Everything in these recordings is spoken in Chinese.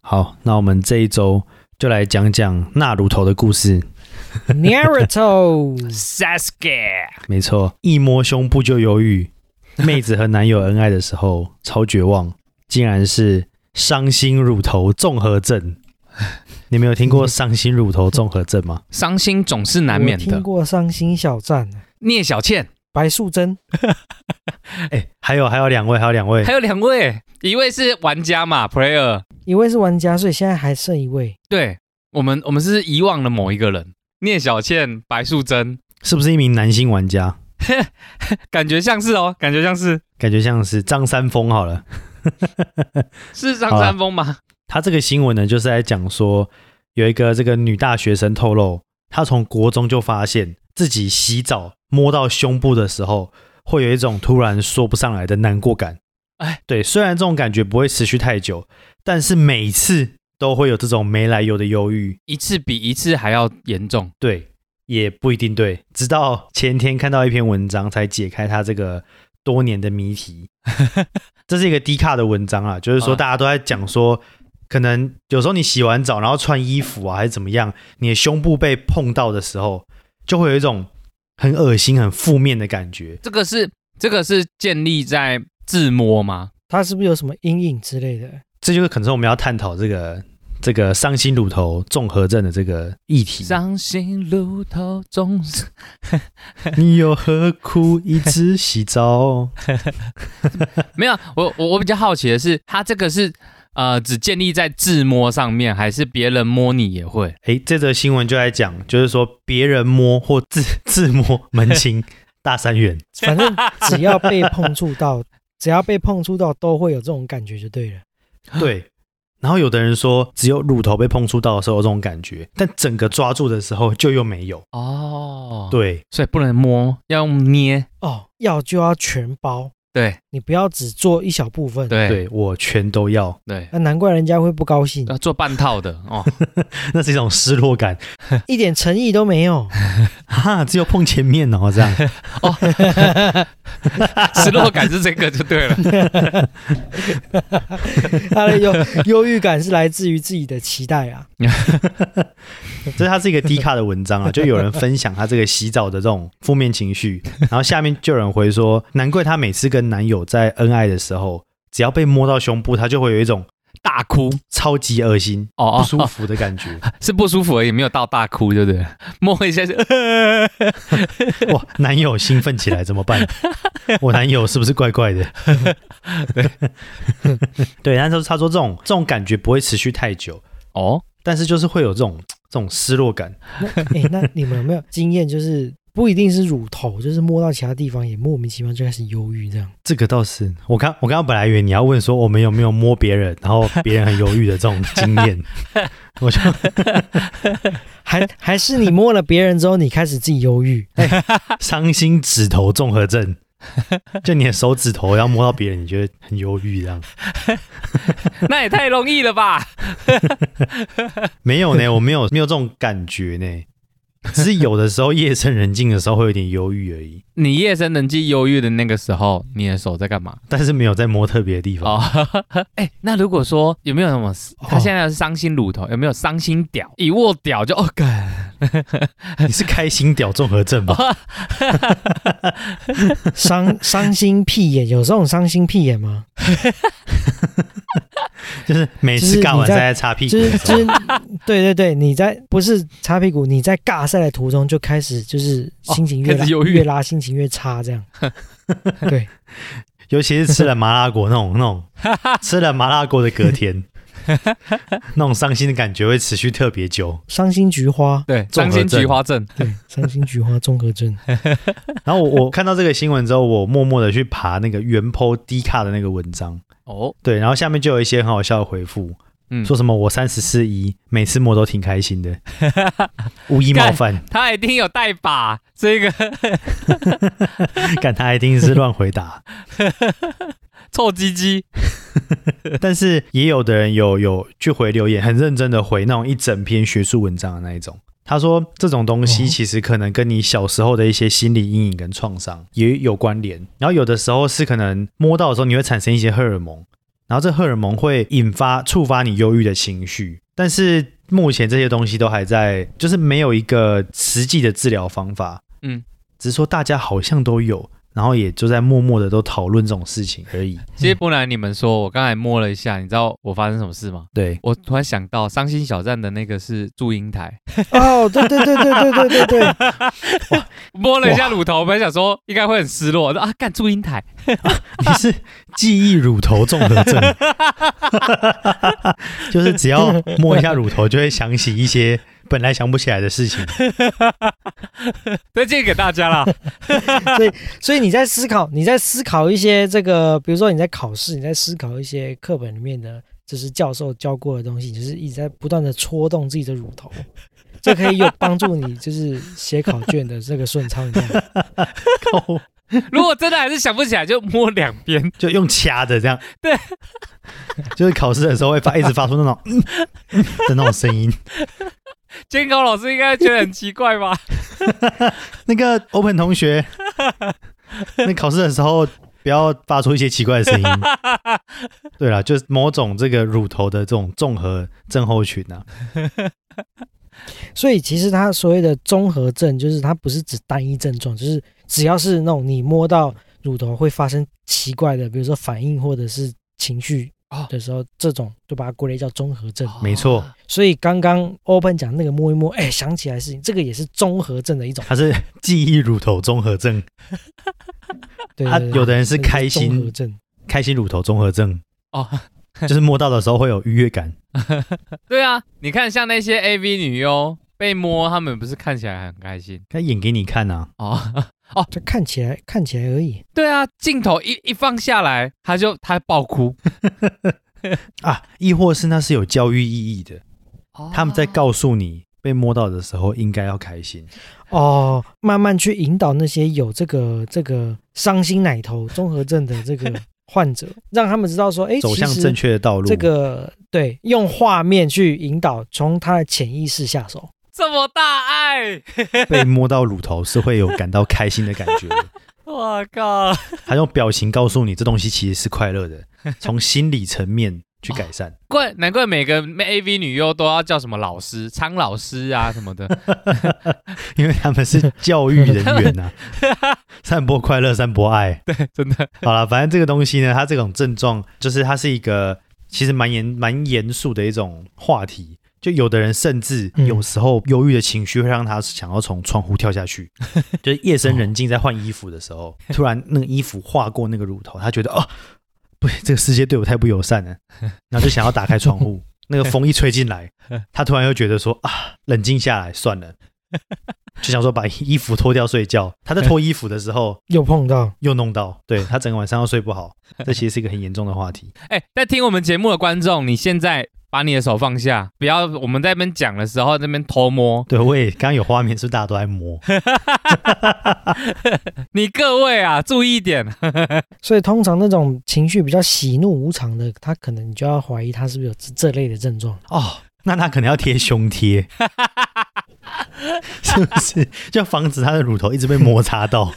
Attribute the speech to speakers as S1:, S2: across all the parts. S1: 好，那我们这一周就来讲讲纳鲁头的故事。
S2: Naruto，
S1: Sasuke，没错，一摸胸部就犹豫，妹子和男友恩爱的时候超绝望，竟然是伤心乳头综合症。 你们有听过伤心乳头综合症 吗？
S3: 伤心总是 难免
S2: 我听
S3: 的。
S2: 过《伤心小站》啊
S3: 聂小倩，
S2: 白素贞，
S1: 哎，还有还有两位，还有两位
S3: 还，有两位，一位是玩家嘛，player，
S2: 一位是玩家，所以现在还剩一位。
S3: 对我们我们是遗忘了某一个人，聂小倩、白素贞，
S1: 是不是一名男性玩家？
S3: 感觉像是哦，感觉像是
S1: 感觉像是张三丰好了。
S3: 是张
S1: 好啊
S3: 三丰吗？
S1: 他这个新闻呢，就是在讲说，有一个这个女大学生透露，她从国中就发现自己洗澡摸到胸部的时候，会有一种突然说不上来的难过感。
S3: 哎，
S1: 对，虽然这种感觉不会持续太久，但是每次都会有这种没来由的忧郁。
S3: 一次比一次还要严重，
S1: 对，也不一定对。直到前天看到一篇文章，才解开他这个多年的谜 题。这是一个低卡的文章啊，就是说
S3: 啊
S1: 大家都在讲说，可能有时候你洗完澡，然后穿衣服啊，还是怎么样，你的胸部被碰到的时候，就会有一种很恶心、很负面的感觉。
S3: 这个是这个是建立在自摸吗？
S2: 他是不是有什么阴影之类的？
S1: 这就是可能是我们要探讨这个这个伤心乳头综合症的这个议题。
S3: 伤心路头总是
S1: 你又何苦一直洗澡？
S3: 没有，我我我比较好奇的是，他这个是呃只建立在自摸上面，还是别人摸你也会？
S1: 诶，这则新闻就在讲，就是说别人摸或自 自摸门清大三元，
S2: 反 正只要被碰触到，只要被碰触到，都会有这种感觉就对了。
S1: 对。然后有的人说，只有乳头被碰触到的时候有这种感觉，但整个抓住的时候就又没有。
S3: 哦，，
S1: 对，
S3: 所以不能摸，要用捏。
S2: 哦，要就要全包，
S3: 对
S2: 你不要只做一小部分。
S3: 对
S1: 嗯对嗯我全都要，
S3: 对，
S2: 那难怪人家会不高兴，
S3: 要做半套的哦。
S1: 那是一种失落感
S2: 一点诚意都没 有。
S1: 哈，只有碰前面哦，这样
S3: 失落感是这个就 对了。
S2: 他的忧忧郁感是来自于自己的期待啊。
S1: 这是它是一个低卡的文章啊，就有人分享他这个洗澡的这种负面情绪，然后下面就有人回说，难怪她每次跟男友在恩爱的时候，只要被摸到胸部，她就会有一种
S3: 大哭
S1: 超级恶心、
S3: 哦
S1: 不
S3: 哦
S1: 舒服的感觉。
S3: 是不舒服而已，没有到大哭，对 不对？摸一下就，
S1: 哇，男友兴奋起来怎么办？我男友是不是怪怪的？ 对，但是他说这种这种感觉不会持续太久，
S3: 哦，
S1: 但是就是会有这种这种失落感。
S2: 那哎、那你们有没有经验？就是不一定是乳头，就是摸到其他地方也莫名其妙就开始忧郁这样。
S1: 这个倒是，我刚我刚刚本来以为你要问说我们有没有摸别人，然后别人很犹豫的这种经验，我就
S2: 还还是你摸了别人之后，你开始自己忧郁，
S1: 伤心指头综合症，就你的手指头要摸到别人，你觉得很忧郁这样。
S3: 那也太容易了吧？
S1: 没有呢，我 没有没有这种感觉呢，只是有的时候夜深人静的时候会有点忧郁而已，
S3: 你夜深人静忧郁的那个时候，你的手在干嘛？
S1: 但是没有在摸特别的地方。
S3: 哦， 哎、那如果说有没有什么？他
S1: 哦
S3: 现在是伤心乳头，有没有伤心屌？一握屌就哦，干，
S1: 你是开心屌综合症吧？
S2: 伤伤心屁眼，有这种伤心屁眼吗？
S1: 就是每次干完再来擦屁股
S2: 就
S1: 的
S2: 是
S1: 时候
S2: 就，是，对对对，你在不是擦屁股，你在尬赛的途中就开始就是心情越
S3: 哦开
S2: 拉、
S3: 始忧郁
S2: 越拉，心情越差 这样。对，
S1: 尤其是吃了麻辣锅那种那种，吃了麻辣锅的隔天，那种伤心的感觉会持续特别久。
S2: 伤心菊花，
S3: 对，
S1: 综合
S3: 伤心
S1: 症
S3: 菊花症，
S2: 对，伤心菊花综合 症。
S1: 然后我我看到这个新闻之后，我默默的去爬那个原 po 低卡的那个文章，
S3: 哦，
S1: 对，然后下面就有一些很好笑的回复，
S3: 嗯，
S1: 说什么我三十四一，每次摸都挺开心的， 无意冒犯，
S3: 他一定有带把这个
S1: 感他一定是乱回答。
S3: 臭鸡鸡，
S1: 但是也有的人有有去回留言，很认真的回那种一整篇学术文章的那一种。他说这种东西
S2: 哦
S1: 其实可能跟你小时候的一些心理阴影跟创伤也有关联，然后有的时候是可能摸到的时候你会产生一些荷尔蒙，然后这荷尔蒙会引发触发你忧郁的情绪，但是目前这些东西都还在，就是没有一个实际的治疗方法。
S3: 嗯，
S1: 只是说大家好像都有，然后也就在默默的都讨论这种事情而已。
S3: 其实不然，你们说，我刚才摸了一下，你知道我发生什么事吗？
S1: 对，
S3: 我突然想到，伤心小站的那个是祝英台，
S2: 哦，对对对对对对对对，
S3: 摸了一下乳头，本来想说应该会很失落，我说啊，干祝英台，
S1: 你是记忆乳头综合症，就是只要摸一下乳头，就会想起一些本来想不起来的事情。
S3: 推荐给大 家啦。
S2: 所以你在思考，你在思考一些这个，比如说你在考试，你在思考一些课本里面的，就是教授教过的东西，你就是一直在不断的戳动自己的乳头， 这可以有帮助你就是写考卷的这个顺畅。你知道吗
S1: 靠
S3: 如果真的还是想不起来，就摸两边。
S1: 就用掐的这样，对， 就是考试的时候会发一直发出那种嗯嗯的那种声音。
S3: 监考老师应该觉得很奇怪 吧？
S1: 那个 Open 同学，那考试的时候不要发出一些奇怪的声 音。对啦，就是某种这个乳头的这种综合症候群啊。
S2: 所以其实它所谓的综合症，就是它不是指单一症状，就是只要是那种你摸到乳头会发生奇怪的，比如说反应或者是情绪
S3: 哦
S2: 的时候，这种就把它归类叫综合症。
S1: 没错，
S2: 所以刚刚 Open 讲那个摸一摸，哎，想起来事情，这个也是综合症的一种。
S1: 它是记忆乳头综合症，
S2: 对
S1: 啊，
S2: 对对
S1: 有的人是
S2: 这个
S1: 开
S2: 综合
S1: 心
S2: 症，
S1: 开心乳头综合症，
S3: 哦，
S1: 就是摸到的时候会有愉悦感。
S3: 对啊，你看像那些 AV 女优被摸，她们不是看起来很开心
S1: 他演给你看啊，
S3: 哦？
S2: 就看起来看起来而已。
S3: 对啊，镜头一一放下来，她就她爆哭。
S1: 啊，亦或是那是有教育意义的，他们在
S3: 哦，
S1: 告诉你被摸到的时候应该要开心。
S2: 哦，慢慢去引导那些有这个这个伤心奶头综合症的这个患 者，让他们知道说，哎，
S1: 走向
S2: 其实
S1: 正确的道路。
S2: 这个对，用画面去引导，从他的潜意识下手。
S3: 这么大爱，
S1: 被摸到乳头是会有感到开心的感 觉的，
S3: 我靠！
S1: 他用表情告诉你这东西其实是快乐 的，从心理层面去改
S2: 哦
S1: 善。
S3: 怪难怪每个 AV 女优都要叫什么老师、苍老师啊什么的。
S1: 因为他们是教育人员 呐、散播快乐，散播爱。对，
S3: 真的。
S1: 好了，反正这个东西呢，它这种症状就是它是一个其实蛮严蛮严肃的一种话题。就有的人甚至
S2: 嗯
S1: 有时候忧郁的情绪会让他想要从窗户跳下去，就是夜深人静在换衣服的时候，突然那个衣服划过那个乳头，他觉得哦，不，这个世界对我太不友善了，然后就想要打开窗户，那个风一吹进来，他突然又觉得说啊，冷静下来算了，就想说把衣服脱掉睡觉。他在脱衣服的时候
S2: 又碰到，
S1: 又弄到，对他整个晚上都睡不 好。这其实是一个很严重的话题。
S3: 哎、在听我们节目的观众，你现在把你的手放下，不要我们在那边讲的时候在那边偷摸。
S1: 对我也刚刚有画面，是不是大家都在 摸？
S3: 你各位啊，注意一点。
S2: 所以通常那种情绪比较喜怒无常的，他可能你就要怀疑他是不是有这这类的症状。
S1: 哦，那他可能要贴胸 贴，是不是？就防止他的乳头一直被摩擦 到。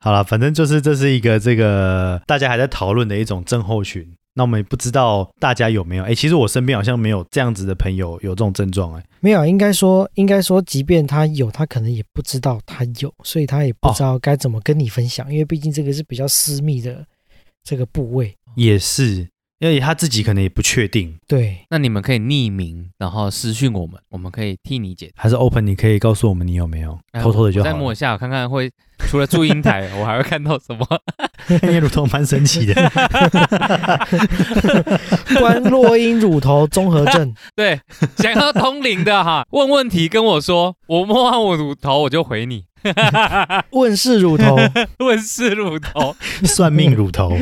S1: 好了，反正就是这是一个这个大家还在讨论的一种症候群。那我们也不知道大家有没有？哎、其实我身边好像没有这样子的朋友有这种症状、哎，
S2: 没有，应该说，应该说，即便他有，他可能也不知道他有，所以他也不知道该怎么跟你分享，因为毕竟这个是比较私密的这个部位。
S3: 哦
S1: 也是，因为他自己可能也不确定。
S2: 对，
S3: 那你们可以匿名，然后私讯我们，我们可以替你解。
S1: 还是 Open，你可以告诉我们你有没有，
S3: 哎
S1: 偷偷的就
S3: 我再
S1: 好
S3: 摸
S1: 了
S3: 一。下，我看看会除了祝英台， 我还会看到什么？
S1: 黑乳头蛮神奇的，
S2: 关落音乳头综合 症，
S3: 对，想要通灵的哈，问问题跟我说，我摸完我乳头我就回你。
S2: 问世乳头，
S3: 问世乳头，
S1: 算命乳头，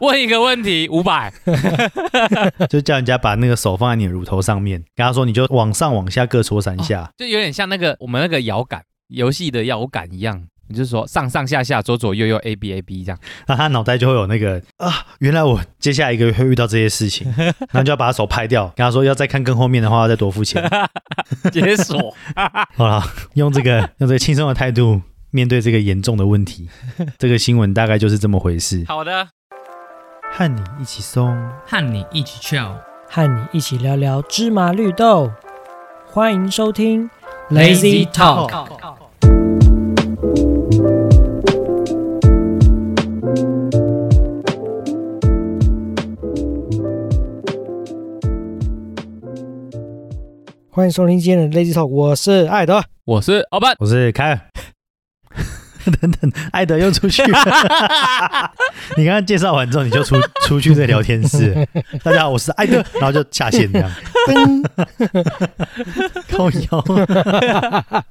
S3: 问一个问题五百。
S1: 就叫人家把那个手放在你的乳头上面，跟他说你就往上往下各戳三下。
S3: 就有点像那个我们那个摇杆游戏的摇杆一样，你就说上上下下、左左右右、A B A B 这样。
S1: 那他脑袋就会有那个啊，原来我接下来一个月会遇到这些事情，然后就要把他手拍掉，跟他说要再看更后面的话要再多付钱。
S3: 解锁。
S1: 好了，用这个用这个轻松的态度。面对这个严重的问题，这个新闻大概就是这么回事。
S3: 好的，
S1: 和你一起松，
S4: 和你一起 chill。
S2: 和你一起聊聊芝麻绿豆。欢迎收听
S4: Lazy Talk。
S2: 欢迎收听今天的 Lazy Talk，我是艾德。
S3: 我是老板。
S1: 我是凯尔。 等等，艾德又出去 了。你刚刚介绍完之后，你就 出出去这聊天室。大家好，我是艾德，然后就下线这样。靠腰。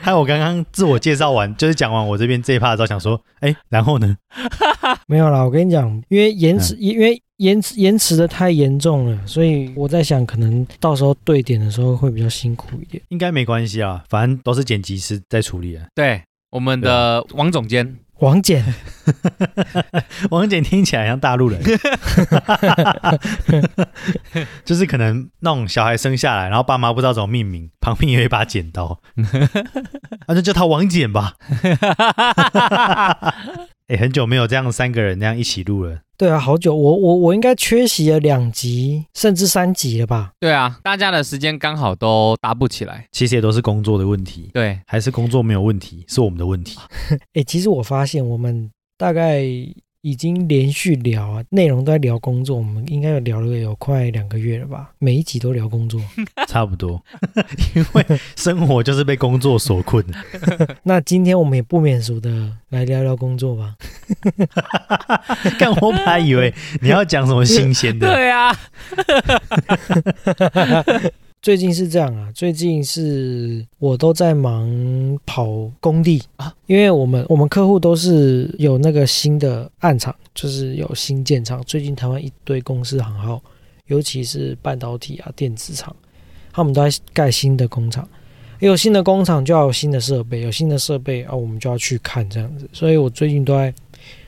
S1: 还有我刚刚自我介绍完，就是讲完我这边这一趴之后，想说，哎、然后呢？
S2: 没有啦，我跟你讲，因为延迟，因为延迟延迟的太严重了，所以我在想，可能到时候对点的时候会比较辛苦一点。
S1: 应该没关系啊，反正都是剪辑师在处理啊。
S3: 对，我们的王总监，
S2: 王姐，
S1: 王姐听起来像大陆人， 就是可能那种小孩生下来，然后爸妈不知道怎么命名，旁边有一把剪刀，啊那、就叫他王剪吧。哎、很久没有这样三个人那样一起录了，
S2: 对啊，好久，我我我应该缺席了两集甚至三集了吧？
S3: 对啊，大家的时间刚好都搭不起来。
S1: 其实也都是工作的问题，
S3: 对，
S1: 还是工作没有问题，是我们的问题。
S2: 诶，其实我发现我们大概已经连续聊啊，内容都在聊工作，我们应该有聊了有快两个月了吧？每一集都聊工作。
S1: 差不多， 因为生活就是被工作所困的。
S2: 那今天我们也不免俗的来聊聊工作吧。
S1: 干，我本来以为你要讲什么新鲜的，
S3: 对啊，
S2: 最近是这样啊，最近是我都在忙跑工地啊，因为我们我们客户都是有那个新的暗场，就是有新建厂。最近台湾一堆公司行号，尤其是半导体啊、电子厂，他们都在盖新的工厂。有新的工厂就要有新的设备，有新的设备啊，我们就要去看这样子。所以我最近都在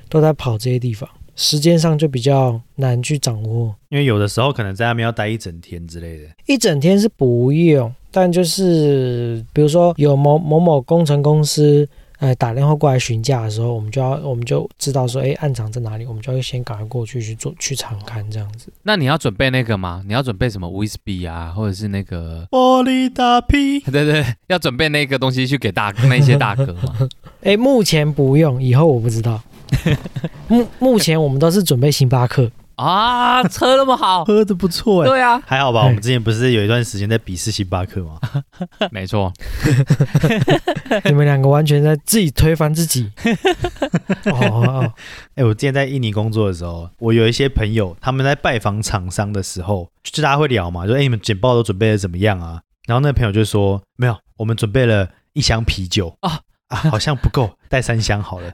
S2: 都在跑这些地方，时间上就比较难去掌握。
S1: 因为有的时候可能在那边要待一整天之类的。
S2: 一整天是不用，但就是比如说有某某某工程公司。呃，打电话过来询价的时候，我们就要，我们就知道说，哎，暗场在哪里，我们就要先赶快过去去做去查看这样子。
S3: 那你要准备那个吗？你要准备什么 USB 啊，或者是那个？
S1: 玻璃大屁，
S3: 对对，对要准备那个东西去给大那些大哥吗？
S2: 哎，目前不用，以后我不知道。目目前我们都是准备星巴克，
S3: 啊，车那么好，
S1: 喝的不错哎、
S3: 对啊，
S1: 还好吧？我们之前不是有一段时间在鄙视星巴 克吗？
S3: 没错，
S2: 你们两个完全在自己推翻自己。哦哦哦，
S1: 哎、我之前在印尼工作的时候，我有一些朋友他们在拜访厂商的时候，就大家会聊嘛，就哎、你们简报都准备的怎么样啊？然后那个朋友就说没有，我们准备了一箱啤酒
S3: 啊
S1: 啊。啊，好像不够，带三箱好了，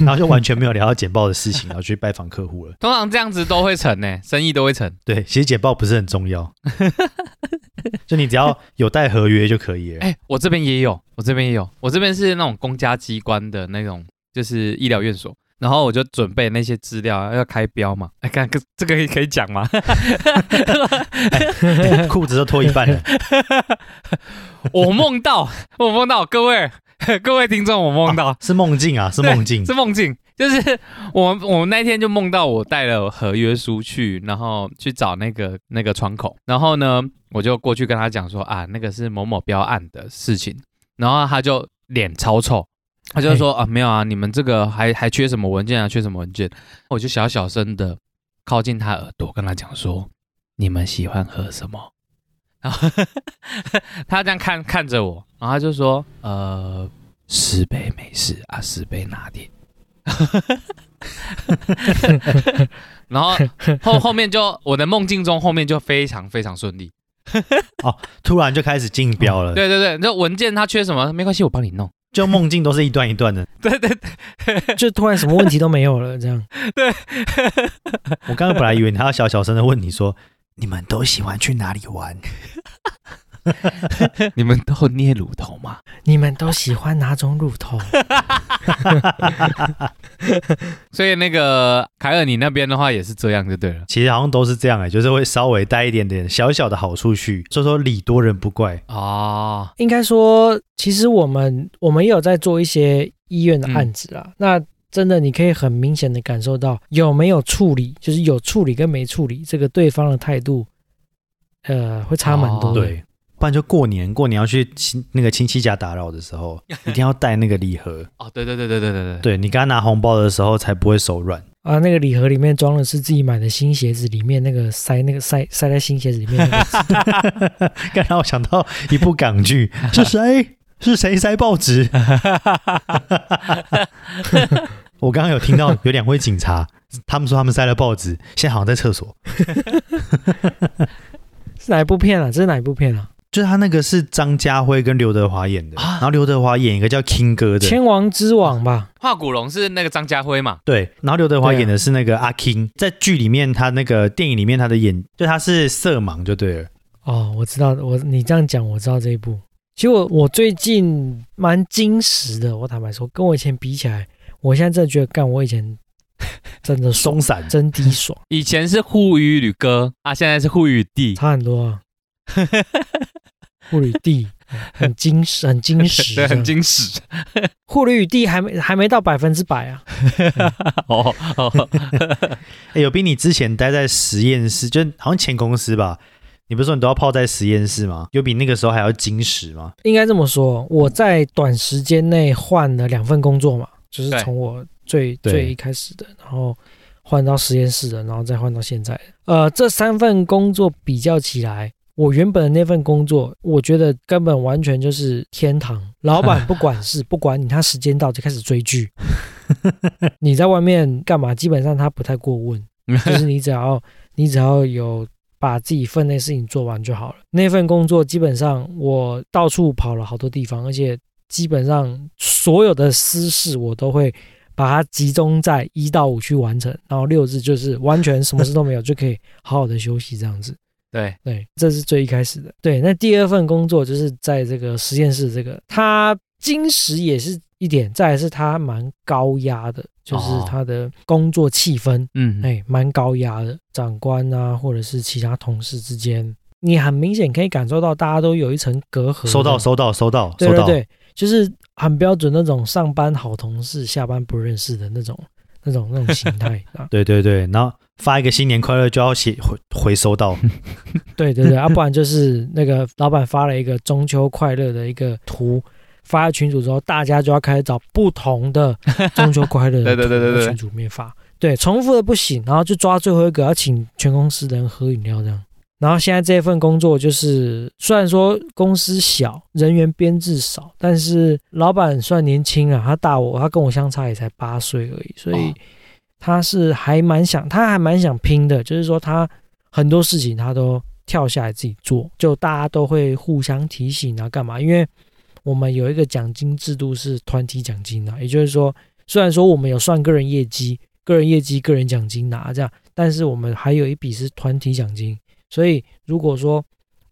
S1: 然后就完全没有聊到简报的事情，然后去拜访客户了。
S3: 通常这样子都会成呢，生意都会成。
S1: 对，其实简报不是很重要，就你只要有带合约就可以 了。
S3: 哎、我这边也有，我这边也有，我这边是那种公家机关的那种，就是医疗院所。然后我就准备那些资料，要开标嘛。 哎，看这这个可以讲吗？
S1: 裤子都脱一半了，
S3: 我梦到，我梦到各位 各位听众，我梦到、
S1: 是梦境啊，是梦境。
S3: 是梦境，就是我我那天就梦到我带了合约书去，然后去找那个那个窗口，然后呢，我就过去跟他讲说啊，那个是某某标案的事情，然后他就脸超臭。他就说啊，没有啊，你们这个还还缺什么文件啊？缺什么文件？我就小小声的靠近他耳朵，跟他讲说，你们喜欢喝什么？然后 他这样看看着我，然后他就说，呃，十杯美式啊，十杯拿铁。 然后后后面就我的梦境中后面就非常非常顺利。
S1: 突然就开始竞标了，
S3: 对对对，这文件它缺什么没关系，我帮你弄。
S1: 就梦境都是一段一段的。
S3: 对对对，
S2: 就突然什么问题都没有了，这样。
S1: 我 刚刚本来以为他要小小声的问你说，你们都喜欢去哪里玩？
S3: 你们都捏乳头吗？
S2: 你们都喜欢哪种乳头？
S3: 所以那个凯尔，你那边的话也是这样就对了。
S1: 其实好像都是这样哎、就是会稍微带一点点小小的好处去，所以说礼多人不怪。
S3: 哦，
S2: 应该说，其实我们我们也有在做一些医院的案子啊。那真的，你可以很明显的感受到有没有处理，就是有处理跟没处理，这个对方的态度，呃，会差蛮多
S3: 哦
S2: 的。
S1: 对，不然就过年，过年要去亲那个亲戚家打扰的时 候，一定要带那个礼盒。
S3: 哦，对对对对对对对，
S1: 对你刚拿红包的时候才不会手软。
S2: 啊，那个礼盒里面装的是自己买的新鞋子，里面那个塞那个塞塞在新鞋子里面那 个
S1: 刚让我想到一部港剧，是谁？是谁塞报纸？ 我刚刚有听到有两位警察，他们说他们塞了报纸，现在好像在厕所。
S2: 是哪一部片啊？这是哪一部片啊？
S1: 就是他那个是张家辉跟刘德华演的，
S3: 啊
S1: 然后刘德华演一个叫 King 哥的，
S2: 千王之王吧？
S3: 画骨龙是那个张家辉嘛？
S1: 对，然后刘德华
S2: 对啊
S1: 演的是那个阿 King，在剧里面他那个电影里面他的演，就他是色盲就对了，
S2: 哦，我知道，我你这样讲，我知道这一部。其实我我最近蛮矜持的，我坦白说，跟我以前比起来，我现在真的觉得干我以前 真的爽，
S1: 松散。
S2: 真的爽，
S3: 以前是沪语吕哥啊，现在是沪语弟。
S2: 差很多啊。护旅 地很矜持，很矜持这
S3: 对，
S2: 样，
S3: 很惊喜
S2: 护旅地还没还没到百分之百啊。
S3: 哦哦，
S1: 哎，有比你之前待在实验室，就好像前公司吧，你不是说你都要泡在实验室吗？有比那个时候还要矜持吗？
S2: 应该这么说，我在短时间内换了两份工作嘛，就是
S3: 对
S2: 从我最
S1: 对
S2: 最一开始的，然后换到实验室的，然后再换到现在的。呃，这三份工作比较起来，我原本的那份工作，我觉得根本完全就是天堂。老板不管事，不管你，他时间到就开始追剧。 你在外面干嘛？基本上他不太过问， 就是你只要你只要有把自己分内事情做完就好了。那份工作基本上我到处跑了好多地方，而且基本上所有的私事我都会把它集中在一到五去完成，然后六日就是完全什么事都没有，就可以好好的休息这样子。
S3: 对，
S2: 对，这是最一开始的。对，那第二份工作就是在这个实验室，这个它金石也是一点，再来是它蛮高压的，就是
S3: 哦
S2: 它的工作气氛。
S3: 嗯，
S2: 哎，蛮高压的，长官啊，或者是其他同事之间，你很明显可以感受到大家都有一层隔阂。
S1: 收到，收到，收到，
S2: 嗯对
S1: 收
S2: 对
S1: 到。
S2: 对，就是很标准那种上班好同事，下班不认识的那种、那种、那种形 态啊。
S1: 对对对，然后发一个新年快乐就要写回回收到，
S2: 嗯对对对，啊，不然就是那个老板发了一个中秋快乐的一个图。发在群组之后，大家就要开始找不同的中秋快乐的
S3: 对对对对
S2: 图在
S3: 对
S2: 群组里面发，对，重复的不行，然后就抓最后一个，要请全公司的人喝饮料这样。然后现在这份工作就是，虽然说公司小，人员编制少，但是老板算年轻啊，他大我，他跟我相差也才八岁而已，所以
S3: 哦
S2: 他是还蛮想，他还蛮想拼的，就是说他很多事情他都跳下来自己做，就大家都会互相提醒啊，干嘛？因为我们有一个奖金制度是团体奖金啊，也就是说，虽然说我们有算个人业绩、个人业绩、个人奖金拿这样，但是我们还有一笔是团体奖金。所以如果说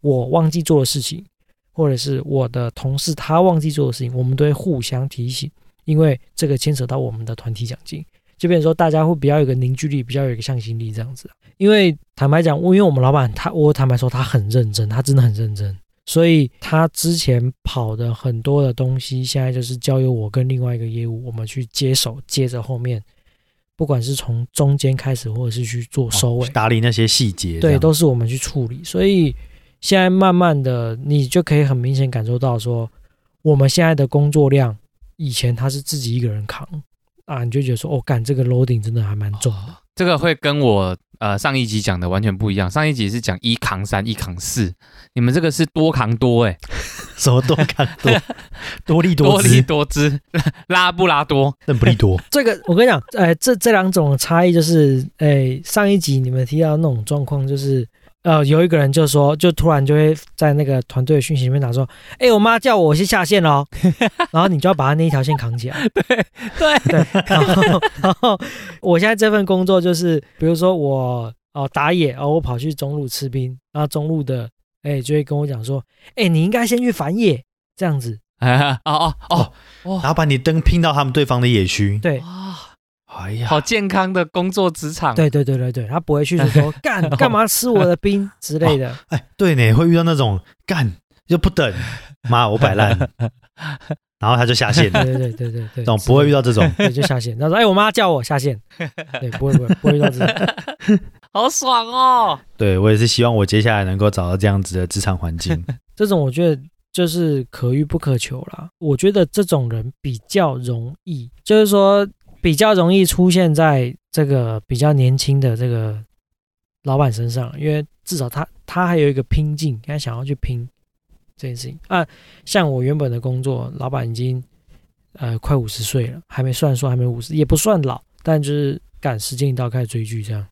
S2: 我忘记做的事情，或者是我的同事他忘记做的事情，我们都会互相提醒，因为这个牵扯到我们的团体奖金。就变成说，大家会比较有一个凝聚力，比较有一个向心力这样子。啊因为坦白讲，因为我们老板他，我坦白说他很认真，他真的很认真。所以他之前跑的很多的东西，现在就是交由我跟另外一个业务，我们去接手，接着后面，不管是从中间开始，或者是去做收尾
S1: 去，哦打理那些细节。这
S2: 对，
S1: 样
S2: 都是我们去处理。所以现在慢慢的，你就可以很明显感受到说，我们现在的工作量，以前他是自己一个人扛啊，你就觉得说，哦，干这个 loading 真的还蛮重的。
S3: 这个会跟我呃上一集讲的完全不一样。上一集是讲一扛三，一扛四，你们这个是多扛多哎、
S1: 什么多看 多多利
S3: 多
S1: 多
S3: 利
S1: 姿，
S3: 多姿， 拉布拉多。
S1: 邓布利多。
S2: 这个我跟你讲，呃，这这两种的差异就是，呃，上一集你们提到那种状况，就是呃，有一个人就说，就突然就会在那个团队的讯息里面打说，哎、我妈叫我先下线哦，然后你就要把他那一条线扛起来。
S3: 对，
S2: 对，然后然后我现在这份工作就是，比如说我哦打野哦，我跑去中路吃兵，然后中路的哎、就会跟我讲说，哎、你应该先去繁野这样子。
S3: 哦哦哦
S1: 然后把你灯拼到他们对方的野区。
S2: 对，
S3: 哇，
S1: 哎呀，
S3: 好健康的工作职场，
S2: 对对对对对，他不会去 说干
S1: 哦
S2: 干嘛吃我的冰之类的。
S1: 哎，对呢，会遇到那种干就不等，妈我摆 烂，然后他就下线了
S2: 对，对对对对
S1: 这
S2: 对，
S1: 种不会遇
S2: 到，
S1: 到这种，
S2: 对就下线。他说，哎、我妈叫我下线。对，不会不会不会遇到这种。
S3: 好爽哦！
S1: 对我也是希望我接下来能够找到这样子的职场环 境。
S2: 这种我觉得就是可遇不可求啦。我觉得这种人比较容易，就是说比较容易出现在这个比较年轻的这个老板身上，因为至少他他还有一个拼劲，他想要去拼这件事情啊。像我原本的工作，老板已经呃快五十岁了，还没算说还没五十，也不算老，但就是赶时间一到开始追剧这样。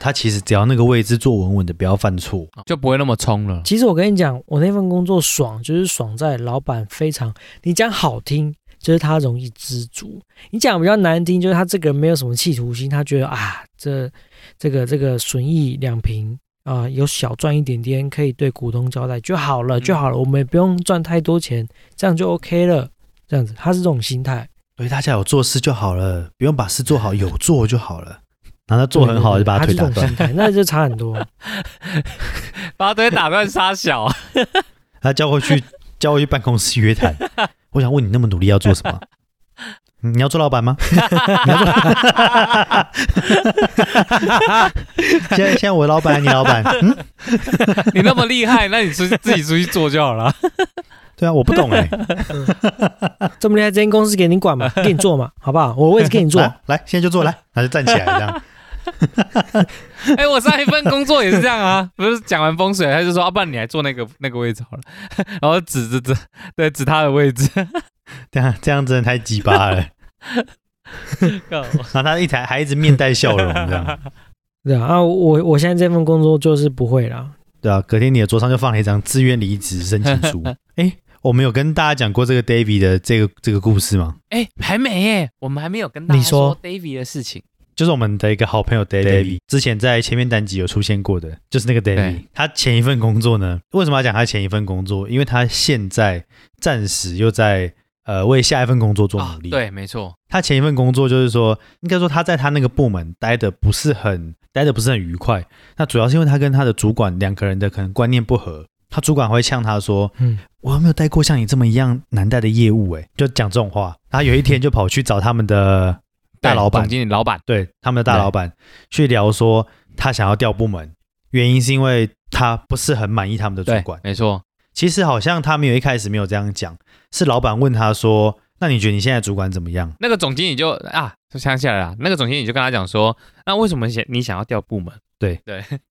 S1: 他其实只要那个位置坐稳稳的，不要犯错。
S3: 就不会那么冲了。
S2: 其实我跟你讲，我那份工作爽，就是爽在老板非常，你讲好听，就是他容易知足；你讲比较难听，就是他这个人没有什么企图心，他觉得啊，这这个这个损益两平啊、有小赚一点点，可以对股东交代就好了，
S3: 嗯
S2: 就好了，我们也不用赚太多钱，这样就 OK 了。这样子，他是这种心态，
S1: 对，大家有做事就好了，不用把事做好，有做就好了。然后他做很好，就
S2: 对对对
S1: 把
S2: 他
S1: 腿
S2: 是
S1: 打
S2: 这种
S1: 断。
S2: 心态，那就差很多。
S3: 把腿打断杀小，
S1: 他叫回去，叫回去办公室约 谈。我想问你，那么努力要做什么？嗯你要做老板吗？你要做？现在现在我老板，你老 板？嗯，
S3: 你那么厉害，那你出去自己出去做就好了。
S1: 对啊，我不懂哎、
S2: 这么厉害，这间公司给你管嘛，给你做嘛，好不好？我位置给 你做，
S1: 来来，现在就做，来，他就站起来这 样。
S3: 哎、我上一份工作也是这样啊，不是讲完风水，他就说，啊，不然你来坐那个那个位置好了， 然后指指指，对，指他的位置。
S1: 这样这样真的太鸡巴了。然后他一台还一直面带笑容这样。
S2: 对啊，啊我我现在这份工作就是不会啦，
S1: 对啊，隔天你的桌上就放了一张自愿离职申请 书。哎，我们有跟大家讲过这个 David 的这个这个故事吗？
S3: 哎、还没耶，我们还没有跟大家
S2: 你说
S3: David 的事情。
S1: 就是我们的一个好朋友 David，之前在前面单集有出现过的，就是那个 David
S3: 对。
S1: 他前一份工作呢，为什么要讲他前一份工作？因为他现在暂时又在呃为下一份工作做
S3: 啊
S1: 努力。，
S3: 对，没错，
S1: 他前一份工作就是说，应该说他在他那个部门待的不是很待的不是很愉快。那主要是因为他跟他的主管两个人的可能观念不合，他主管会呛他说：“
S2: 嗯，
S1: 我有没有带过像你这么一样难带的业务、欸？”哎，就讲这种话。然后有一天就跑去找他们的大
S3: 对
S1: 老板
S3: 总，经理老板，
S1: 对他们的大老板去聊说他想要调部门，原因是因为他不是很满意他们的主
S3: 对
S1: 管，。
S3: 没错，
S1: 其实好像他们有一开始没有这样讲，是老板问他说：“那你觉得你现在主管怎么样？”
S3: 那个总经理就啊，我想起来了，那个总经理就跟他讲说，那为什么想你想要调部门，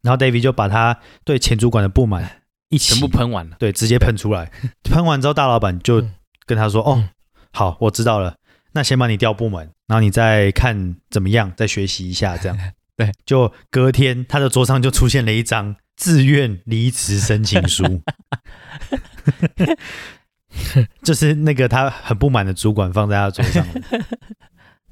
S1: 然后 David 就把他对前主管的不满一起
S3: 全部喷完了，，
S1: 对，直接喷出来。喷完之后，大老板就
S2: 嗯
S1: 跟他说：“哦
S2: 嗯，
S1: 好，我知道了，那先把你调部门，然后你再看怎么样，再学习一下。”这样
S3: 对，
S1: 就隔天他的桌上就出现了一张自愿离职申请 书，就是那个他很不满的主管放在他桌上的。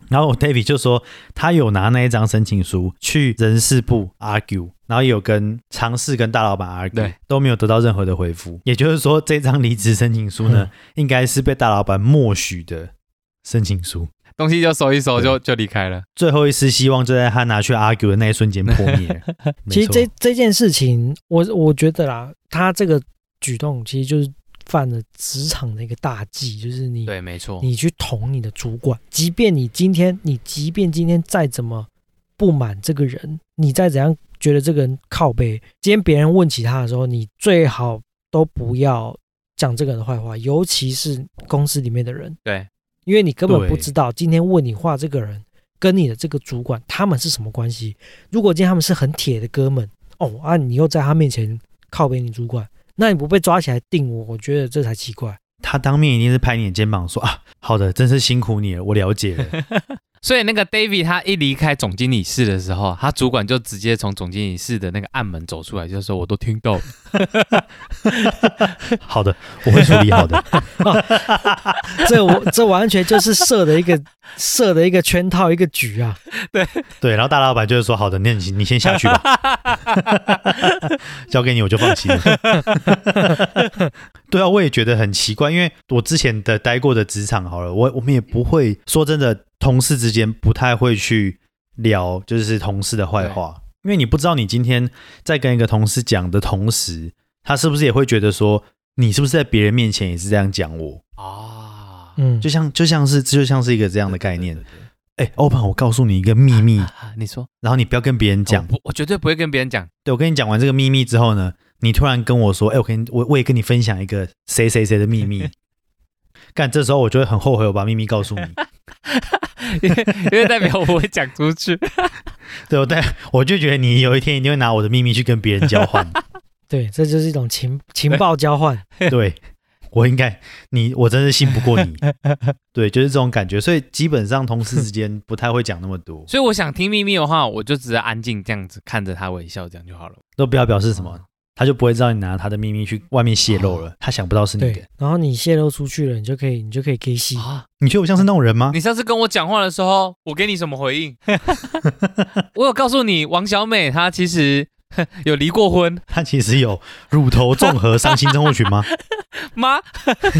S1: 然后 David 就说，他有拿那一张申请书去人事部 argue，然后也有跟尝试跟大老板 argue，
S3: 对
S1: 都没有得到任何的回复。也就是说，这张离职申请书
S2: 嗯
S1: 呢，应该是被大老板默许的申请书。
S3: 东西就收一收就就离开了。
S1: 最后一丝希望就在他拿去 argue 的那一瞬间破灭。 没
S2: 其实
S1: 错
S2: 这这件事情，我我觉得啦，他这个举动其实就是犯了职场的一个大忌，就是你
S3: 对，没错，
S2: 你去捅你的主管，即便你今天你即便今天再怎么不满这个人，你再怎样觉得这个人靠背，今天别人问起他的时候，你最好都不要讲这个人的坏话，尤其是公司里面的人，
S3: 对，
S2: 因为你根本不
S1: 对
S2: 知道今天问你话这个人跟你的这个主管他们是什么关系。如果今天他们是很铁的哥们，哦啊，你又在他面前靠背你主管，那你不被抓起来定我，我觉得这才奇怪。
S1: 他当面一定是拍你的肩膀说啊，好的，真是辛苦你了，我了解了。
S3: 所以那个 David 他一离开总经理室的时候，他主管就直接从总经理室的那个暗门走出来，就说：“我都听到了。
S1: 好的，我会处理好 的。
S2: 这我这完全就是设的一个设的一个圈套，一个局啊！
S1: 对，然后大老板就是说，好的，那你你先下去吧，交给你我就放弃了。 对啊，我也觉得很奇怪，因为我之前的待过的职场好了，我我们也不会说真的，同事之间不太会去聊就是同事的坏话，因为你不知道你今天在跟一个同事讲的同时，他是不是也会觉得说你是不是在别人面前也是这样讲我，”
S3: 啊，
S2: 嗯，
S1: 就像就像是就像是一个这样的概念
S3: 对。。对对
S1: 哎，欧鹏，我告诉你一个秘密
S3: 对，啊你说
S1: 然后你不要跟别人讲
S3: 我。不，我绝对不会跟别人讲。
S1: 对，我跟你讲完这个秘密之后呢，你突然跟我说，哎、我跟你我我也跟你分享一个谁谁谁的秘密。 干，这时候我就会很后悔，我把秘密告诉你。
S3: 因为因为代表我不会讲出去。
S1: 对，我但我就觉得你有一天一定会拿我的秘密去跟别人交 换。
S2: 对，这就是一种情情报交换。
S1: 对，我应该你，我真是信不过 你。对，就是这种感觉。所以基本上同事之间不太会讲那么多，
S3: 所以我想听秘密的话，我就只是安静这样子看着他微笑，这样就好了。
S1: 都不要表示什么，他就不会知道你拿他的秘密去外面泄露
S3: 哦
S1: 了。他想不到是你的哦
S2: 对。，然后你泄露出去了，你就可以，你就可以 K
S1: 嗯
S2: 戏。
S3: 啊，
S1: 你觉得我像是那种人吗？
S3: 你上次跟我讲话的时候，我给你什么 回应？我有告诉你，王小美她其实有离过婚
S1: 他其实有乳头综合伤心症候群吗？
S3: 吗？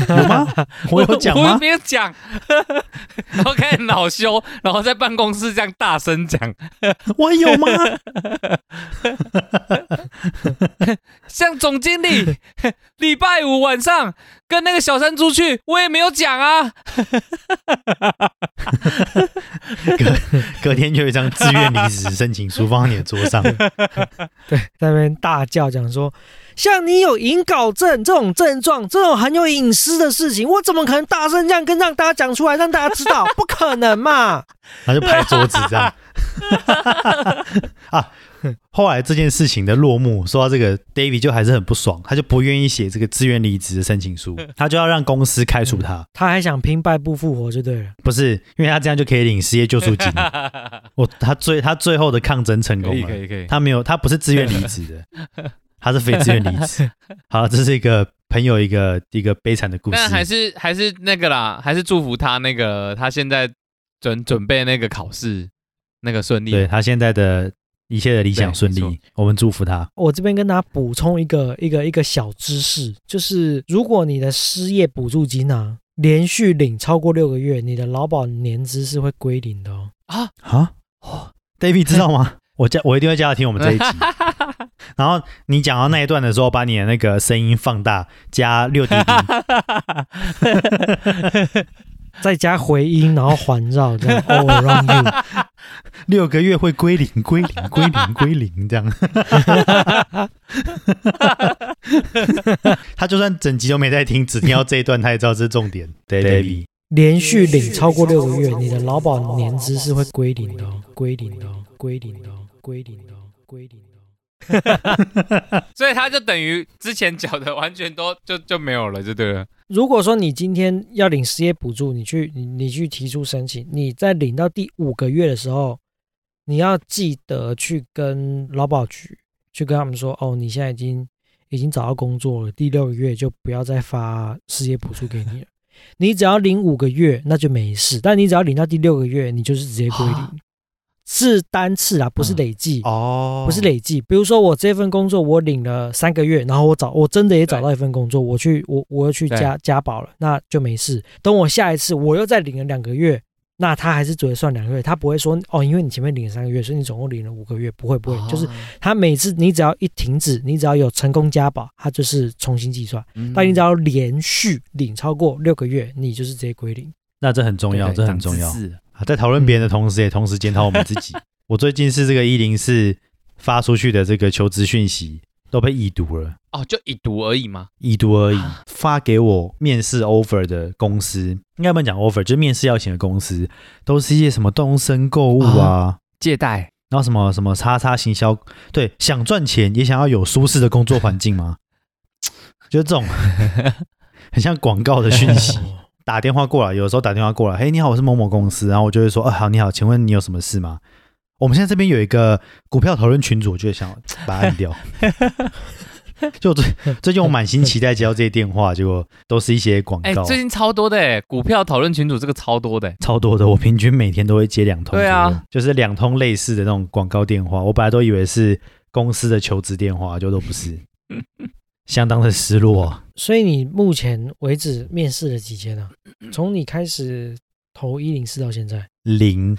S1: 有吗？ 我有讲
S3: 我
S1: 吗？
S3: 没有讲。 然后开始恼羞，然后在办公室这样大声讲，
S1: 我有 吗？
S3: 像总经 理礼拜五晚上跟那个小三出去，我也没有讲啊。
S1: 隔天就有一张自愿离职申请书放在你的 桌上，
S2: 对，在那边大叫讲说，像你有隐睾症这种症状，这种很有隐私的事情，我怎么可能大声这样跟让大家讲出来，让大家知道？不可能嘛！
S1: 然后就拍桌子这样。 啊，后来这件事情的落幕，说到这个，David 就还是很不爽，他就不愿意写这个自愿离职的申请书，他就要让公司开除
S3: 嗯
S1: 他，
S2: 他还想拼败不复活就对了。
S1: 不是因为他这样就可以领失业救 助金。我他最他最后的抗争成功了，
S3: 以可以，
S1: 他没有，他不是自愿离职的， 他是非自愿离职。好了，这是一个朋友一个一个悲惨的故事，
S3: 但还是还是那个啦，还是祝福他那个他现在准准备那个考试那个顺利。
S1: 对他现在的一切的理想顺
S3: 对没
S1: 利，我们祝福他。
S2: 我这边跟大家补充一个一个一个小知识，就是如果你的失业补助金啊连续领超过六个月，你的劳保年资是会归零的哦。
S3: 啊，
S1: 啊、David 知道吗？ 我叫我一定会叫他听我们这一 集。然后你讲到那一段的时候，把你的那个声音放大，加六滴 滴，
S2: 再加回音，然后环绕这样 all around you。
S1: 六个月会归零，归零，归零，归零， 这样。他就算整集都没在听，只听到这一段，他也知道这是重点。对，David，
S2: 连续领超过六个月，你的劳保年资是会归零的哦，归零的哦，归零的哦，归零的哦，归零的哦。
S3: 所以他就等于之前缴的完全都就就没有了，就对了。
S2: 如果说你今天要领失业补助，你去你你去提出申请，你在领到第五个月的时候，你要记得去跟劳保局去跟他们说，哦，你现在已经已经找到工作了，第六个月就不要再发失业补助给你了。你只要领五个月，那就没事；但你只要领到第六个月，你就是直接归零，是单次啊，不是累计。
S1: 哦
S2: 不是累计。比如说我这份工作我领了三个月，然后我找我真的也找到一份工作，我去我我又去
S3: 对
S2: 加加保了，那就没事。等我下一次我又再领了两个月，那他还是只会算两个月，他不会说哦，因为你前面领了三个月，所以你总共领了五个月，不会不会，
S3: 哦
S2: 就是他每次你只要一停止，你只要有成功加保，他就是重新计算。
S3: 嗯
S2: 但你只要连续领超过六个月，你就是直接归零。
S1: 那这很重要，
S3: 对
S1: 这很重要。
S3: 长知识
S1: 啊，在讨论别人的同时，也同时检讨我们自己。我最近是这个一零四发出去的这个求职讯息都被已读了，
S3: 哦，就已读而已嘛。
S1: 已读而已。发给我面试 offer 的公司，应该不能讲 offer，就是面试邀请的公司，都是一些什么动身购物啊，
S3: 借贷
S1: 然后什么什么叉叉行销，对，想赚钱也想要有舒适的 工作环境吗？就是这种很像广告的讯息。打电话过来，有时候打电话过来，哎嘿，你好，我是某某公司，然后我就会说，哦，好，你好，请问你有什么事吗？我们现在这边有一个股票讨论群组，我就想把它按掉。 就我最最近我满心期待接到这些电话，结果都是一些广
S3: 哎、
S1: 告，
S3: 最近超多的哎，股票讨论群组这个超多的哎，
S1: 超多的。我平均每天都会接两通左右，
S3: 对啊
S1: 就是两通类似的那种广告电话。我本来都以为是公司的求职电话，就都不 是，相当的失落、啊。
S2: 所以你目前为止面试了几间啊？从你开始投一零四到现在，
S1: 零，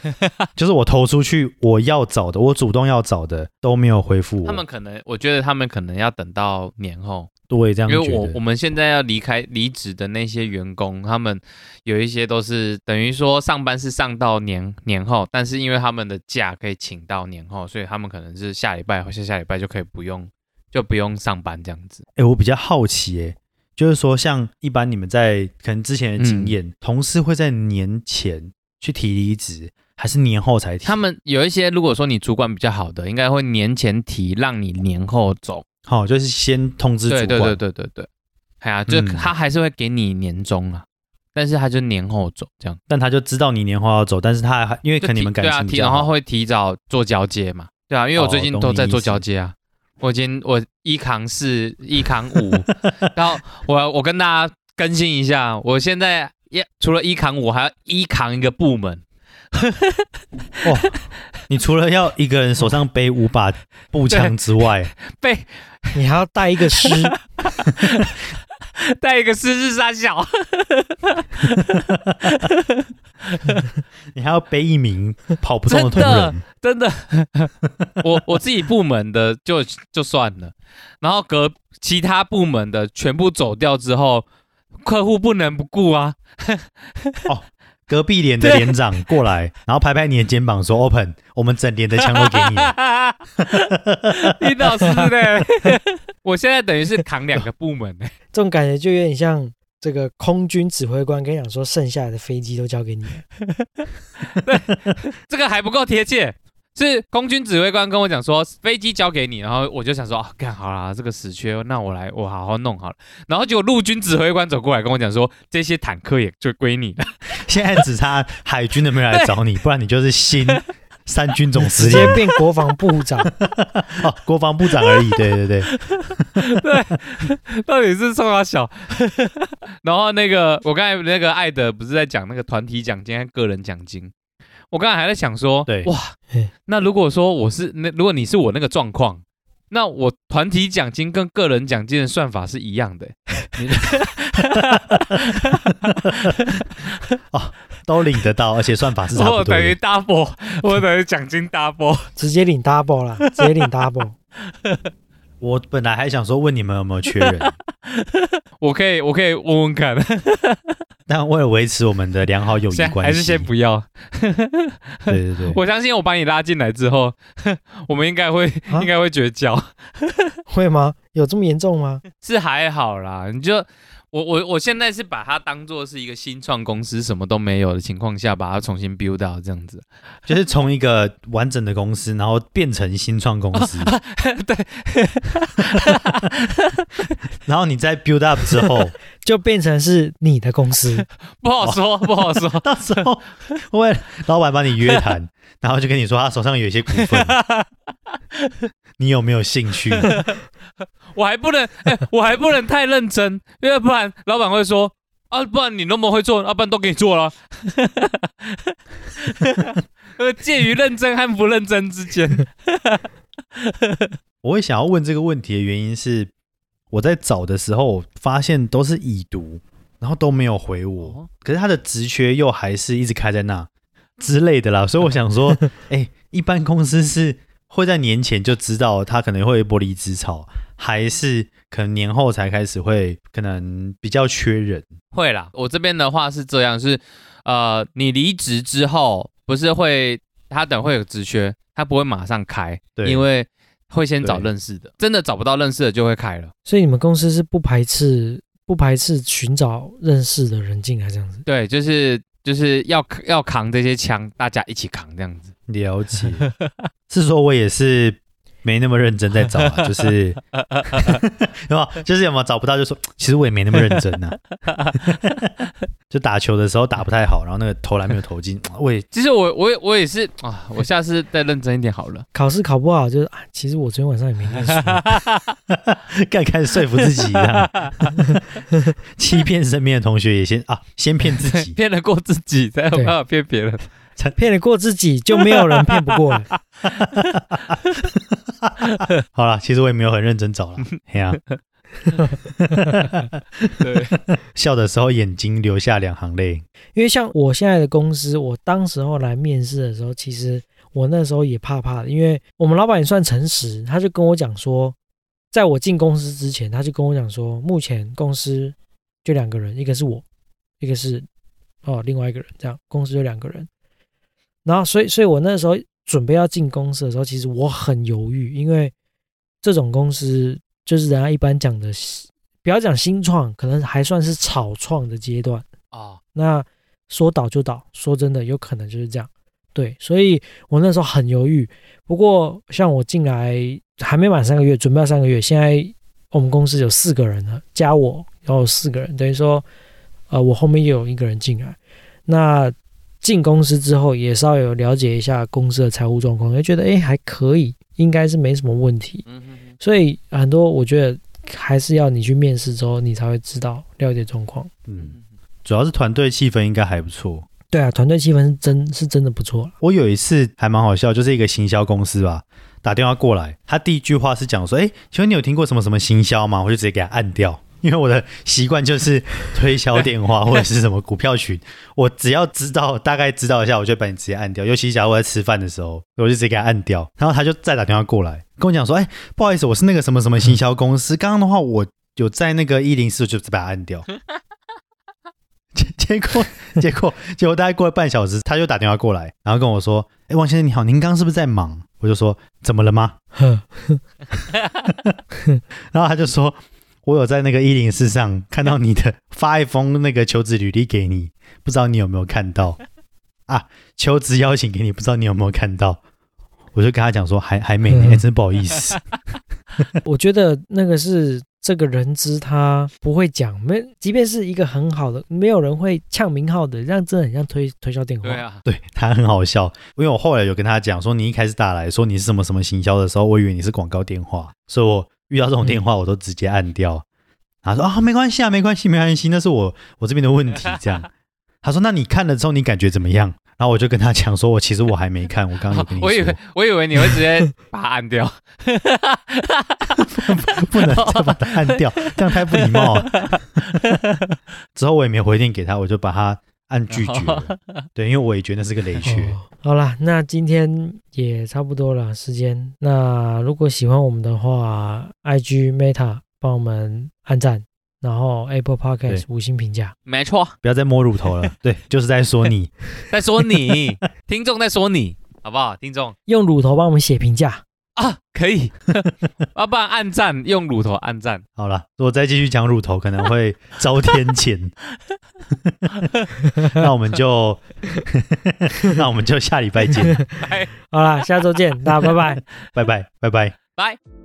S1: 就是我投出去我要找的，我主动要找的都没有回复我。
S3: 他们可能，我觉得他们可能要等到年后，
S1: 对这
S3: 因
S1: 样觉
S3: 为我我
S1: 得，
S3: 们现在要离开离职的那些员工，他们有一些都是等于说上班是上到年年后，但是因为他们的假可以请到年后，所以他们可能是下礼拜或下下礼拜就可以不用就不用上班这样子。
S1: 哎、我比较好奇、哎，就是说像一般你们在可能之前的经
S3: 嗯
S1: 验，同事会在年前去提离职，还是年后才提？
S3: 他们有一些如果说你主管比较好的，应该会年前提让你年后走。
S1: 好、就是先通知主
S3: 对
S1: 管，
S3: 对对对对对，哎呀、就
S1: 嗯
S3: 他还是会给你年终啊，但是他就年后走这样。
S1: 但他就知道你年后要走，但是他还因为
S3: 就
S1: 可能你
S3: 提
S1: 们感
S3: 对啊，
S1: 情比
S3: 提
S1: 较
S3: 然
S1: 好
S3: 后会提早做交接嘛，对啊，因为我最
S1: 哦
S3: 近
S1: 懂
S3: 都
S1: 你
S3: 在
S1: 意
S3: 做
S1: 思
S3: 交接啊，我已经我一扛四一扛 五，然后我我跟大家更新一下，我现在也除了一扛五，还要一扛一个部门，
S1: 你除了要一个人手上背五把步枪之外，
S3: 被
S2: 你还要带一个师，
S3: 带一个四四三小，
S1: 你还要背一名跑不动的同
S3: 真的
S1: 仁，
S3: 真 的，我我自己部门的就就算了，然后隔其他部门的全部走掉之后，客户不能不顾啊，
S1: 隔壁连的
S3: 对
S1: 连长过 来，然后拍拍你的肩膀说：“Open，我们整连的枪都给你 了。
S3: 林老师呢？ 我现在等于是扛两个部门呢、
S2: 这种感觉就有点像这个空军指挥官跟你讲说，剩下的飞机都交给你了。
S3: 这个还不够贴切。是空军指挥官跟我讲说，飞机交给你，然后我就想说，啊，干好啦，这个死缺，那我来，我好好弄好了。然后结果陆军指挥官走过来跟我讲说，这些坦克也就归你了。
S1: 现在只差海军的没有来找你，不然你就是 新三军总司
S2: 直接
S1: 令
S2: 变国防部长，
S1: 哦，国防部长而已。对对对，
S3: 到底是冲他小？ 然后那个我刚才那个艾德不是在讲那个团体奖金和个人奖金，我刚才还在想说，
S1: 对
S3: 哇，那如果说我是那，如果你是我那个状况，那我团体奖金跟个人奖金的算法是一样的、你
S1: 都领得到，而且算法是差不
S3: 我
S1: 多
S3: 等于
S1: 的。
S3: double，我等于奖金 double。
S2: 直接领 double 啦，直接领 double。
S1: 我本来还想说问你们有没有缺人，
S3: 我可以，我可以问问看，
S1: 但为了维持我们的良好友谊
S3: 先
S1: 关系，
S3: 还是先不要。
S1: 对对对，
S3: 我相信我把你拉进来之后， 我们应该会、
S2: 啊
S3: 应该会绝交。
S2: 会吗？有这么严重吗？
S3: 是还好啦，你就我我我现在是把它当做是一个新创公司，什么都没有的情况下，把它重新 build 到这样子。
S1: 就是从一个完整的公司，然后变成新创公司，
S3: 对，
S1: 然后你在 build up 之 后，
S2: 就变成是你的公司，
S3: 不好说，不好说。
S1: 到时候为了老板把你约谈，然后就跟你说他手上有一些股 份，你有没有兴趣？
S3: 我还不能，哎、我还不能太认真，因为不然老板会说啊，不然你那么会做，要、啊不然都给你做了。 呃，介于认真和不认真之间，
S1: 我会想要问这个问题的原因是，我在找的时候发现都是已读，然后都没有回我
S3: 哦，
S1: 可是他的职缺又还是一直开在那之类的啦，所以我想说，哎、一般公司是会在年前就知道他可能会有一波离职潮，还是可能年后才开始会可能比较缺人？
S3: 会啦。我这边的话是这样，是呃，你离职之后不是会他等会有职缺，他不会马上开，
S1: 对，
S3: 因为会先找
S1: 对
S3: 认识的，真的找不到认识的就会开了。
S2: 所以你们公司是不排斥不排斥寻找认识的人进来这样子。
S3: 对，就是就是要要扛这些枪，大家一起扛这样子。
S1: 了解，是说我也是没那么认真在找啊，就是有没有？就是有没有找不到，就说其实我也没那么认真呐、就打球的时候打不太好，然后那个投篮没有投进，我也
S3: 其实我我也我也是啊，我下次再认真一点好了。
S2: 考试考不好就是啊，其实我昨天晚上也没念书，
S1: 干开始说服自己这样，欺骗身边的同学也先啊，先骗 自 己，
S3: 骗得过自己，才有办法骗别人。
S2: 骗得过自己就没有人骗不过了。
S1: 好了，其实我也没有很认真找了，嘿呀、
S3: 对，
S1: 笑的时候眼睛流下两行泪，
S2: 因为像我现在的公司，我当时候来面试的时候，其实我那时候也怕怕的，因为我们老板也算诚实，他就跟我讲说，在我进公司之前，他就跟我讲说，目前公司就两个人，一个是我，一个是哦另外一个人，这样公司就两个人。然后所以所以我那时候准备要进公司的时候，其实我很犹豫，因为这种公司就是人家一般讲的，不要讲新创，可能还算是草创的阶段。
S3: 哦，
S2: 那说倒就倒，说真的，有可能就是这样。对，所以我那时候很犹豫。不过像我进来还没满三个月，准备要三个月，现在我们公司有四个人了，加我然后有四个人，等于说，呃，我后面又有一个人进来。那进公司之后，也稍微有了解一下公司的财务状况，就觉得诶还可以，应该是没什么问题。
S3: 嗯哼哼
S2: 所以很多我觉得还是要你去面试之后，你才会知道了解状况。
S1: 嗯，主要是团队气氛应该还不错。
S2: 对啊，团队气氛是真是真的不错了。
S1: 我有一次还蛮好笑，就是一个行销公司吧，打电话过来，他第一句话是讲说：“哎，请问你有听过什么什么行销吗？”我就直接给他按掉，因为我的习惯就是推销电话或者是什么股票群， 我只要知道大概知道一下，我就把你直接按掉。尤其假如我在吃饭的时候，我就直接给他按掉，然后他就再打电话过来跟我讲说：“哎，不好意思，我是那个什么什么行销公司，刚刚的话我有在那个一零四，就把它按掉。” 结结果结果结果大概过了半小时，他就打电话过来，然后跟我说：“哎，王先生你好，您刚刚是不是在忙？”我就说：“怎么了吗
S2: 哼，？”
S1: 然后他就说：“我有在那个一零四上看到你的发一封那个求职履历给你，不知道你有没有看到 啊？求职邀请给你，不知道你有没有看到？”我就跟他讲说：“还还没呢，哎真不好意思。
S2: 我觉得那个是这个人资他不会讲，没，即便是一个很好的，没有人会呛名号的，让真的很像推推销电话。
S3: 对啊，
S1: 对他很好笑，因为我后来有跟他讲说，你一开始打来说你是什么什么行销的时候，我以为你是广告电话，所以我遇到这
S3: 嗯
S1: 种电话我都直接按掉。他说啊，没关系啊，没关系，没关系，那是我我这边的问题。这 样，他说那你看了之后你感觉怎么样？然后我就跟他讲说，我其实我还没看，我 刚刚有跟你说，
S3: 我以为我以为你会直接把它 按掉，
S1: 不能再把它按 掉，这样太不礼貌了。之后我也没回电给他，我就把他按拒绝了。
S3: 哦
S1: 对，因为我也觉得那是个 雷区。
S2: 哦好啦，那今天也差不多了，时间。那如果喜欢我们的话，IG Meta 帮我们按赞，然后 Apple Podcast
S1: 对
S2: 五星评价。
S3: 没错，
S1: 不要再摸乳头了，对，就是在说你。
S3: 在说你， 听众在说你，好不好？听众
S2: 用乳头帮我们写评价，
S3: 啊，可以，要不然按赞用乳头按赞，
S1: 好了，如果再继续讲乳头，可能会遭天谴。那我们就， 那我们就下礼拜见，
S3: 拜
S2: 好啦，下周见，大家拜拜。
S1: 拜拜，拜拜。
S3: 拜。